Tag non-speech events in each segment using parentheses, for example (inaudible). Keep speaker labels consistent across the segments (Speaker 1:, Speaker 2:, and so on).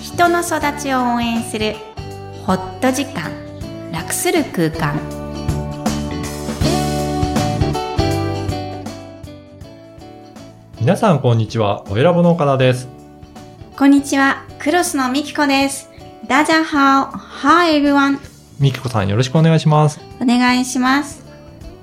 Speaker 1: 人の育ちを応援するホット時間楽する空間
Speaker 2: 皆さんこんにちは、お選ぼの岡田です。
Speaker 1: こんにちはクロスのみきこですダジャハオハイエブワン
Speaker 2: みきこさんよろしくお願いします。
Speaker 1: お願いします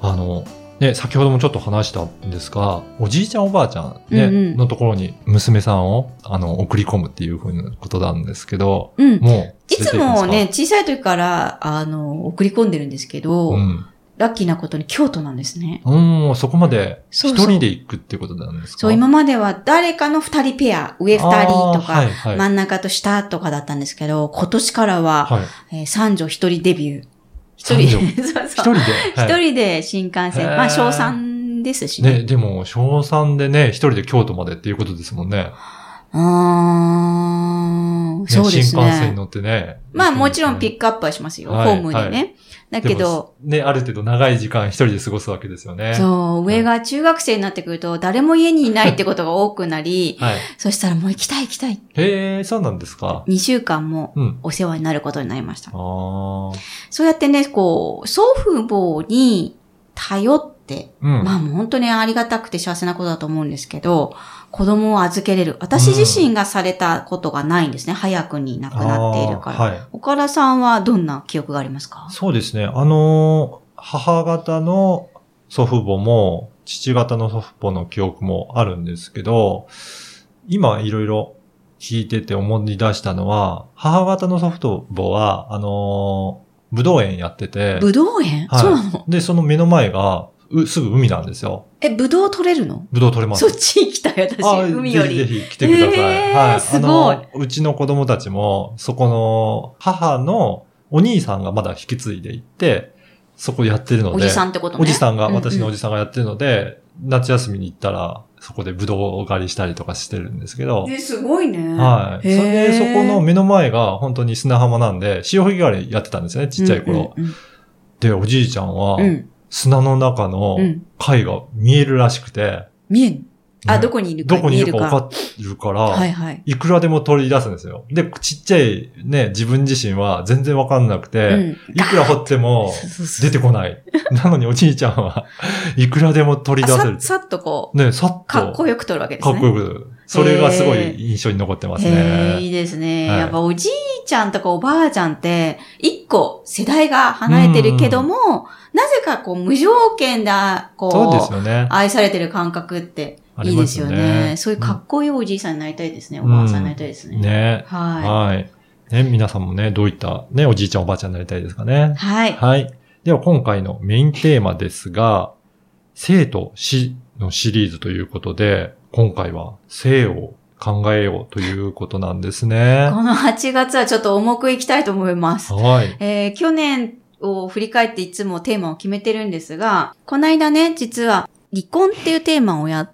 Speaker 2: あの、ね、先ほどもちょっと話したんですが、おじいちゃんおばあちゃん、ね
Speaker 1: うんうん
Speaker 2: のところに娘さんを、あの、送り込むっていうふうなことなんですけど、
Speaker 3: うん。
Speaker 2: もう連れ
Speaker 3: いつ
Speaker 2: て行くんです
Speaker 3: も
Speaker 2: か
Speaker 3: ね、、小さい時から、あの、送り込んでるんですけど、
Speaker 2: うん。
Speaker 3: ラッキーなことに京都なんですね。
Speaker 2: うん、そこまで
Speaker 3: そう
Speaker 2: 一
Speaker 3: そう
Speaker 2: 人で行くっていうことなんですか
Speaker 3: そう、今までは誰かの二人ペア、上二人とか、
Speaker 2: あーはいはい
Speaker 3: 真ん中と下とかだったんですけど、今年からは、
Speaker 2: はい。
Speaker 3: えー三女一人デビュー。一
Speaker 2: 三
Speaker 3: 人、 (laughs) そう
Speaker 2: 一
Speaker 3: そ
Speaker 2: 人
Speaker 3: う。
Speaker 2: で。
Speaker 3: 一
Speaker 2: はい
Speaker 3: 人で新幹線、
Speaker 2: へー
Speaker 3: まあ、小3ですし
Speaker 2: ね、
Speaker 3: ね。
Speaker 2: でも、小3でね、一人で京都までっていうことですもんね。
Speaker 3: あー
Speaker 2: ね
Speaker 3: そうです
Speaker 2: 新幹線に
Speaker 3: ね。
Speaker 2: 乗ってね。
Speaker 3: まあ、もちろんピ
Speaker 2: ッ
Speaker 3: ックアップはしますよ、
Speaker 2: はい
Speaker 3: ホームにね。
Speaker 2: は
Speaker 3: だけど、、
Speaker 2: でもね、ある程度長い時間一人で過ごすわけですよね。
Speaker 3: そう、上が中学生になってくると、誰も家にいないってことが多くなり、 (laughs)
Speaker 2: はい。
Speaker 3: そしたらもう行きたい行きたい。
Speaker 2: へえ、そうなんですか。
Speaker 3: 2週間も
Speaker 2: うん。
Speaker 3: お世話になることになりました。
Speaker 2: ああ。
Speaker 3: そうやってね、こう、祖父母に頼って、
Speaker 2: うん。
Speaker 3: まあもう本当にありがたくて幸せなことだと思うんですけど、子供を預けれる。私自身がされたことがないんですね。早くに亡くなっているから。
Speaker 2: あーはい。
Speaker 3: 岡田さんはどんな記憶がありますか
Speaker 2: そうですね。あのー母方の祖父母も、父方の祖父母の記憶もあるんですけど、今いろいろ聞いてて思い出したのは、母方の祖父母は、あのー武道園やってて、
Speaker 3: ぶどう園、
Speaker 2: はい
Speaker 3: そうなの
Speaker 2: で、その目の前が、うすぐ海なんですよ。
Speaker 3: え、ぶどう取れるの
Speaker 2: 武道取れま
Speaker 3: そ
Speaker 2: す
Speaker 3: っ。ち行きたい、私。
Speaker 2: あ
Speaker 3: 海より。
Speaker 2: ぜひぜひ来てください。
Speaker 3: えー
Speaker 2: はい。
Speaker 3: すごい
Speaker 2: あの、うちの子供たちも、そこの、母のお兄さんがまだ引き継いでいて、そこやってるので、
Speaker 3: おじさんってことね。
Speaker 2: おじさんが、
Speaker 3: うんうん
Speaker 2: 私のおじさんがやってるので、夏休みに行ったら、そこでブドウ狩りしたりとかしてるんですけど、
Speaker 3: えすごいね。
Speaker 2: はい。それ
Speaker 3: へ
Speaker 2: で、そ
Speaker 3: ー
Speaker 2: この目の前が本当に砂浜なんで、潮干狩りやってたんですよね、ちっちゃい頃。。
Speaker 3: うんうん
Speaker 2: で、おじいちゃんは
Speaker 3: う、ん。
Speaker 2: 砂の中の
Speaker 3: うん。
Speaker 2: 貝が見えるらしくて、
Speaker 3: 見えん。あ、
Speaker 2: ね
Speaker 3: どこにいるか。
Speaker 2: どこにいるか
Speaker 3: 見え
Speaker 2: 分かってるから、
Speaker 3: はいはい。
Speaker 2: いくらでも取り出すんですよ。で、ちっちゃいね、自分自身は全然わかんなくて、
Speaker 3: うん。
Speaker 2: いくら掘っても出てこ
Speaker 3: (laughs)
Speaker 2: ない。なのにおじいちゃんはいくらでも取り
Speaker 3: あ
Speaker 2: 出せ
Speaker 3: さ
Speaker 2: る。
Speaker 3: さっとこう、
Speaker 2: ね、さっと。
Speaker 3: かっこ
Speaker 2: よ
Speaker 3: よく撮るわけです
Speaker 2: か
Speaker 3: ね。
Speaker 2: っこよく。それがすごい印象に残ってます
Speaker 3: へえ、い
Speaker 2: ね。
Speaker 3: いですね。
Speaker 2: はい
Speaker 3: やっぱおじいちゃんとかおばあちゃんって、一個世代が離れてるけども、なぜかこう無条件だ、
Speaker 2: そうです
Speaker 3: こう、
Speaker 2: よね。
Speaker 3: 愛されてる感覚って
Speaker 2: あ
Speaker 3: い
Speaker 2: り
Speaker 3: いで
Speaker 2: ますす
Speaker 3: よ
Speaker 2: よね
Speaker 3: ね。そういうかっこいいおじいさんになりたいですね。おばあさんになりたいですね。
Speaker 2: ね。
Speaker 3: は
Speaker 2: はい。ね、皆さんもね、どういったね、おじいちゃんおばあちゃんになりたいですかね
Speaker 3: い。。はい。
Speaker 2: はい。では今回のメインテーマですが、生と死のシリーズということで、今回は生を考えようということなんですね。
Speaker 3: この8月はちょっと重くいきたいと思います。
Speaker 2: はい。
Speaker 3: えー去年を振り返っていつもテーマを決めてるんですが、この間ね、実は離婚っていうテーマをやって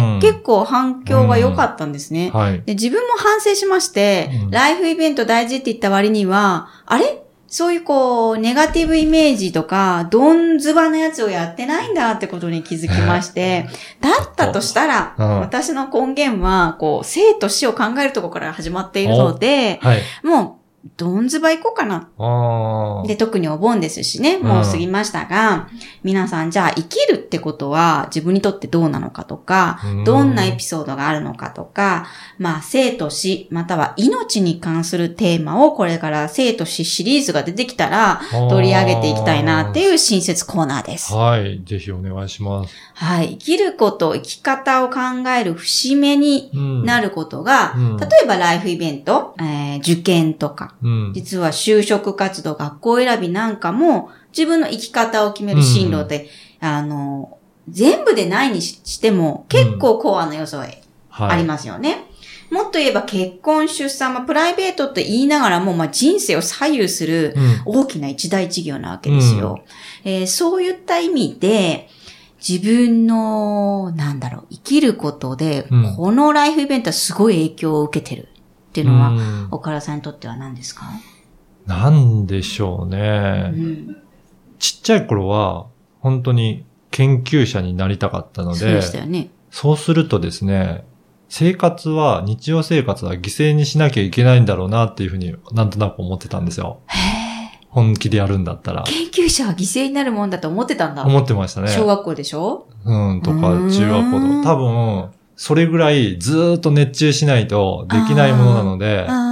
Speaker 2: うん、
Speaker 3: 結構反響が良かったんですね。
Speaker 2: はい。
Speaker 3: で自分も反省しまして、
Speaker 2: うん
Speaker 3: ライフイベント大事って言った割には、あれそういうこう、ネガティブイメージとか、どんずばのやつをやってないんだってことに気づきまして、だったとしたら、
Speaker 2: うん
Speaker 3: 私の根源は、こう、生と死を考えるところから始まっているので、
Speaker 2: はい。
Speaker 3: もう、どんずば行こうかな。
Speaker 2: ああ。
Speaker 3: で、特にお盆ですしね、もう過ぎましたが、皆さん、じゃあ生きるってことは自分にとってどうなのかとか、
Speaker 2: うん
Speaker 3: どんなエピソードがあるのかとか、まあ、生と死、または命に関するテーマをこれから生と死シリーズが出てきたら取り上げていきたいなって
Speaker 2: い
Speaker 3: いう新設コーナーです。
Speaker 2: はい。ぜひお願いします。
Speaker 3: はい。生きること、生き方を考える節目に
Speaker 2: うん
Speaker 3: なることが、
Speaker 2: うん
Speaker 3: 例えばライフイベント、えー受験とか、
Speaker 2: うん。
Speaker 3: 実は就職活動、学校選びなんかも、自分の生き方を決める進路で、あの、全部でないにししても、結構コアな要素が
Speaker 2: はい。
Speaker 3: ありますよね。もっと言えば結婚、出産、まあ、プライベートって言いながらも、まあ、人生を左右する
Speaker 2: うん。
Speaker 3: 大きな一大事業なわけですよ。えーそういった意味で、自分の、なんだろう、生きることで、
Speaker 2: うん
Speaker 3: このライフイベントはすごい影響を受けてるっていうのは、
Speaker 2: うん
Speaker 3: 岡田さんにとっては何ですか、
Speaker 2: なんでしょうね。
Speaker 3: うん
Speaker 2: ちっちゃい頃は、本当に研究者になりたかったの
Speaker 3: そう
Speaker 2: で
Speaker 3: でし、たよね。
Speaker 2: そうするとですね、生活は、日常生活は犠牲にしなきゃいけないんだろうなっていうふうになんとなく思ってたんですよ。
Speaker 3: へえ。
Speaker 2: 本気でやるんだったら。
Speaker 3: 研究者は犠牲になるもんだと思ってたんだ。
Speaker 2: 思ってましたね。
Speaker 3: 小学校でしょ
Speaker 2: うん、と
Speaker 3: うーん
Speaker 2: か、中学校とか。多分、それぐらいずーっと熱中しないとできないものなので、
Speaker 3: あ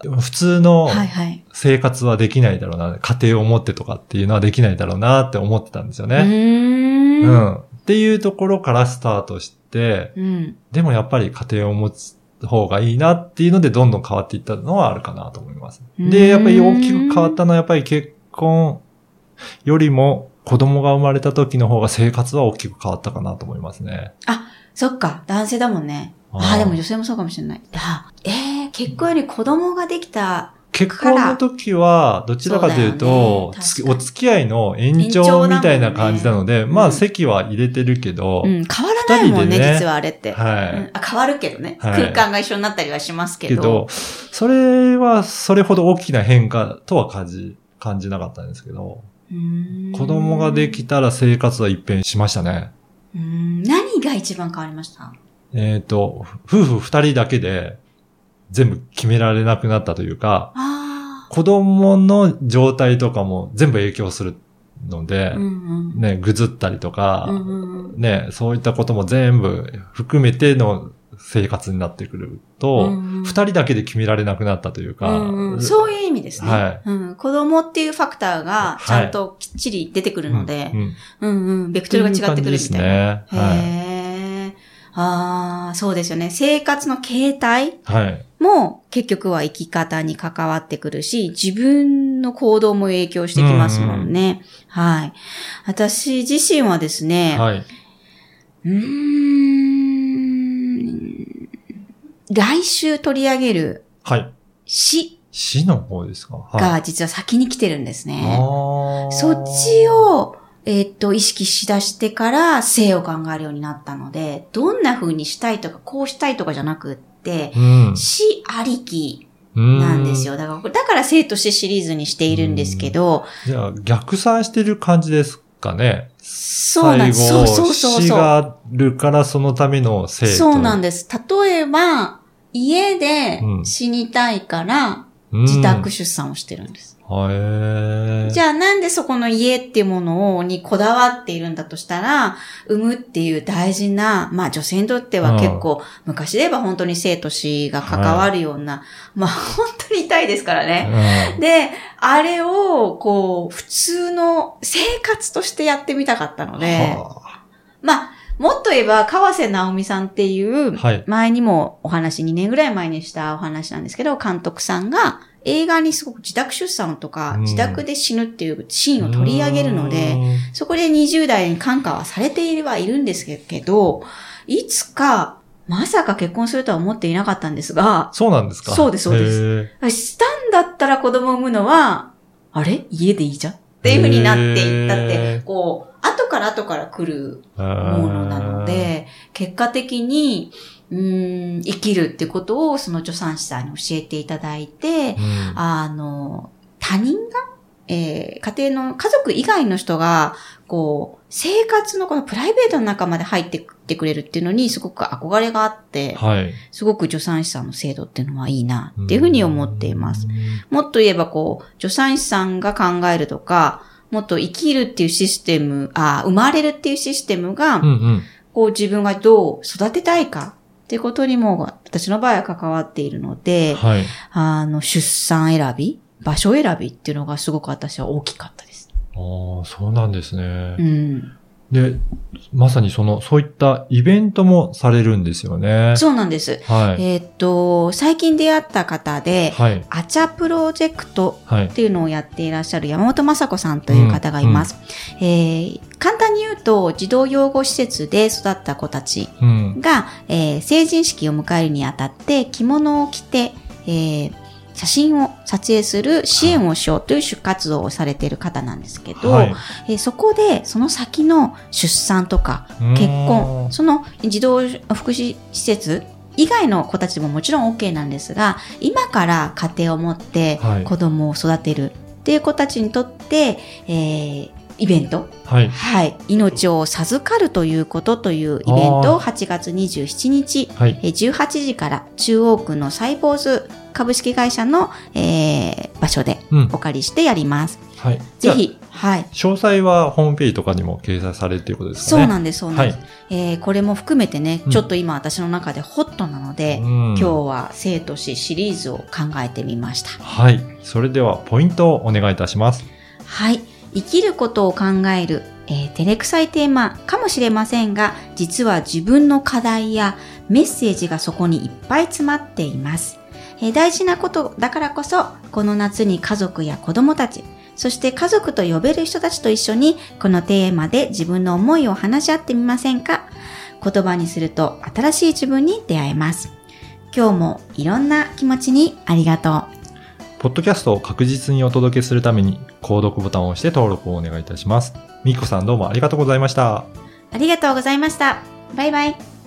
Speaker 2: でも普通の
Speaker 3: あ。はいはい。
Speaker 2: 生活はできないだろうな、家庭を持ってとかっていうのはできないだろうなって思ってたんですよ
Speaker 3: う
Speaker 2: ね。う
Speaker 3: ーん。
Speaker 2: ん。っていうところからスタートして、
Speaker 3: うん。
Speaker 2: でもやっぱり家庭を持つ方がいいなっていうのでどんどん変わっていったのはあるかなと思います。
Speaker 3: うーん
Speaker 2: で、やっぱり大きく変わったのはやっぱり結婚よりも子供が生まれた時の方が生活は大きく変わったかなと思いますね。
Speaker 3: そっか、男性だもんね。ああ、でも女性もそうかもしれない。あええ結婚より子供ができた。
Speaker 2: 結婚の時は、どちらかという
Speaker 3: そうだよ
Speaker 2: と、
Speaker 3: ね
Speaker 2: つ
Speaker 3: 確か
Speaker 2: お
Speaker 3: に
Speaker 2: 付き合いの延
Speaker 3: 延長だも
Speaker 2: 長
Speaker 3: んね
Speaker 2: みたいな感じなので、ま
Speaker 3: うん
Speaker 2: あ席は入れてるけど、
Speaker 3: うん、変わらないもんね、
Speaker 2: 二人でね
Speaker 3: 実はあれって。
Speaker 2: はい、
Speaker 3: うんあ変わるけどね、
Speaker 2: はい
Speaker 3: 空間が一緒になったりはしますけ
Speaker 2: け
Speaker 3: ど。
Speaker 2: ど、それはそれほど大きな変化とは感じ、感じなかったんですけど、
Speaker 3: うーん
Speaker 2: 子供ができたら生活は一変しましたね。
Speaker 3: うーん何が一番変わりました
Speaker 2: えっ、と、夫婦二人だけで全部決められなくなったというか、
Speaker 3: あ
Speaker 2: 子供の状態とかも全部影響するので
Speaker 3: あ。うん、うん。
Speaker 2: ね、ぐずったりとか、
Speaker 3: うんうんうん
Speaker 2: ね、そういったことも全部含めての生活になってくる
Speaker 3: う
Speaker 2: と、
Speaker 3: んうん
Speaker 2: 二、人だけで決められなくなったというか、
Speaker 3: うんうんそういう意味ですね、
Speaker 2: はい
Speaker 3: うん。子供っていうファクターがちゃんときっちり出てくるので、
Speaker 2: うんうん
Speaker 3: うんうん、ベクトルが違ってくるみたいな。
Speaker 2: っていう感じですね。はい
Speaker 3: へえ。ああ、そうですよね。生活の形態
Speaker 2: はい。
Speaker 3: も結局は生き方に関わってくるし、自分の行動も影響してきますもんね。はい。私自身はですね、
Speaker 2: はい。
Speaker 3: うーん、来週取り上げる
Speaker 2: はい。
Speaker 3: 死
Speaker 2: 死の方ですかはい。
Speaker 3: が実は先に来てるんですね。
Speaker 2: あー
Speaker 3: そっち、を、えーっと、意識しだしてから性を考えるようになったので、どんな風にしたいとか、こうしたいとかじゃなくって、
Speaker 2: うん。
Speaker 3: 死ありきな
Speaker 2: なん
Speaker 3: です。よ。だから、だから生と死シリーズにしているんですけど、
Speaker 2: じゃあ、逆算してる感じですかね。
Speaker 3: そうなんです。そう
Speaker 2: 最後
Speaker 3: そうそう
Speaker 2: 死
Speaker 3: そう。
Speaker 2: があるからそのための生と
Speaker 3: そうなん
Speaker 2: で
Speaker 3: です。例えば、家で
Speaker 2: うん
Speaker 3: 死にたいから、
Speaker 2: す。
Speaker 3: 自宅出産をしてるんです。
Speaker 2: はい、えー。
Speaker 3: じゃあなんでそこの家っていうものをにこだわっているんだとしたら、産むっていう大事な、まあ女性にとっては結構、昔で言えば本当に生と死が関わるような、まあ本当に痛いですからね。
Speaker 2: うん
Speaker 3: で、あれを、こう、普通の生活としてやってみたかったので、
Speaker 2: は
Speaker 3: まあ、もっと言えば、河瀬直美さんっていう
Speaker 2: あ、はい。
Speaker 3: 前にもお話、2年ぐらい前にしたお話なんですけど、監督さんが映画にすごく自宅出産とか、
Speaker 2: うん
Speaker 3: 自宅で死ぬっていうシーンを取り上げるので、そこで20代に感化はされているはいるんですけど、いつか、まさか結婚するとは思っていなかったんですが、
Speaker 2: そうなんですか
Speaker 3: そうですそうです
Speaker 2: す。
Speaker 3: したんだったら子供を産むのは、あれ家でいいじゃんっていう風になっていったっ
Speaker 2: へ
Speaker 3: て
Speaker 2: ー、
Speaker 3: こう、後から後から来る
Speaker 2: も
Speaker 3: ものなの、で、結果的に、うーん、生きるってことをその助産師さんに教えていただいて、
Speaker 2: うん
Speaker 3: あの、他人が、えー家庭の家族以外の人が、こう、生活のこのプライベートの中まで入ってきてくれるっていうのにすごく憧れがあって、
Speaker 2: はい。
Speaker 3: すごく助産師さんの制度っていうのはいいなっていうふうに思っています。
Speaker 2: うん。
Speaker 3: もっと言えばこう、助産師さんが考えるとか、もっと生きるっていうシステム、あー生まれるっていうシステムが、
Speaker 2: うんうん。
Speaker 3: こう自分がどう育てたいかっていうことにも私の場合は関わっているので、
Speaker 2: はい。
Speaker 3: あの、出産選び、場所選びっていうのがすごく私は大きかったです。
Speaker 2: ああ、そうなんですね
Speaker 3: う。ん。
Speaker 2: で、まさにその、そういったイベントもされるんですよね。
Speaker 3: そうなんです。
Speaker 2: はい。
Speaker 3: えーっと、最近出会った方で、
Speaker 2: はい。
Speaker 3: アチャプロジェクト
Speaker 2: はい
Speaker 3: っ。ていうのをやっていらっしゃる山本雅子さんという方がいます。えー簡単に言うと、児童養護施設で育った子たち
Speaker 2: うん。
Speaker 3: が、えー成人式を迎えるにあたって着物を着て、えー写真を撮影する支援をしようという出活動をされている方なんですけど、
Speaker 2: はい
Speaker 3: えーそこでその先の出産とか結
Speaker 2: うー
Speaker 3: 婚
Speaker 2: ん
Speaker 3: その児童福祉施設以外の子たちももちろん OK なんですが今から家庭を持って
Speaker 2: はい
Speaker 3: 子供を育てるっていう子たちにとって、えーイベント、
Speaker 2: はい。
Speaker 3: はい、命を授かるということというイベントを8月27日、
Speaker 2: はい。
Speaker 3: えー18時から中央区のサイボーズ株式会社の、えー場所で
Speaker 2: うん
Speaker 3: お。借りしてやります。
Speaker 2: はい。
Speaker 3: ぜ。ひ、はい。
Speaker 2: 詳細はホームページとかにも掲載されるということです
Speaker 3: そ
Speaker 2: か
Speaker 3: う
Speaker 2: ね。
Speaker 3: なんです、そうなんです。えーこれも含めてね
Speaker 2: う、ん
Speaker 3: ちょっと今私の中でホットなので、
Speaker 2: 今
Speaker 3: 今日は生と死シリーズを考えてみました。
Speaker 2: はい。それではポイントをお願いいたします。
Speaker 3: はい。生きることを考える、えー照れくさいテーマかもしれませんが、実は自分の課題やメッセージがそこにいっぱい詰まっています。えー大事なことだからこそ、この夏に家族や子供たち、そして家族と呼べる人たちと一緒に、このテーマで自分の思いを話し合ってみませんか言葉にすると新しい自分に出会えます。今日もいろんな気持ちにありがとう。
Speaker 2: ポッドキャストを確実にお届けするために、購読ボタンを押して登録をお願いいたします。みきこさんどうもありがとうございました。
Speaker 3: ありがとうございました。バイバイ。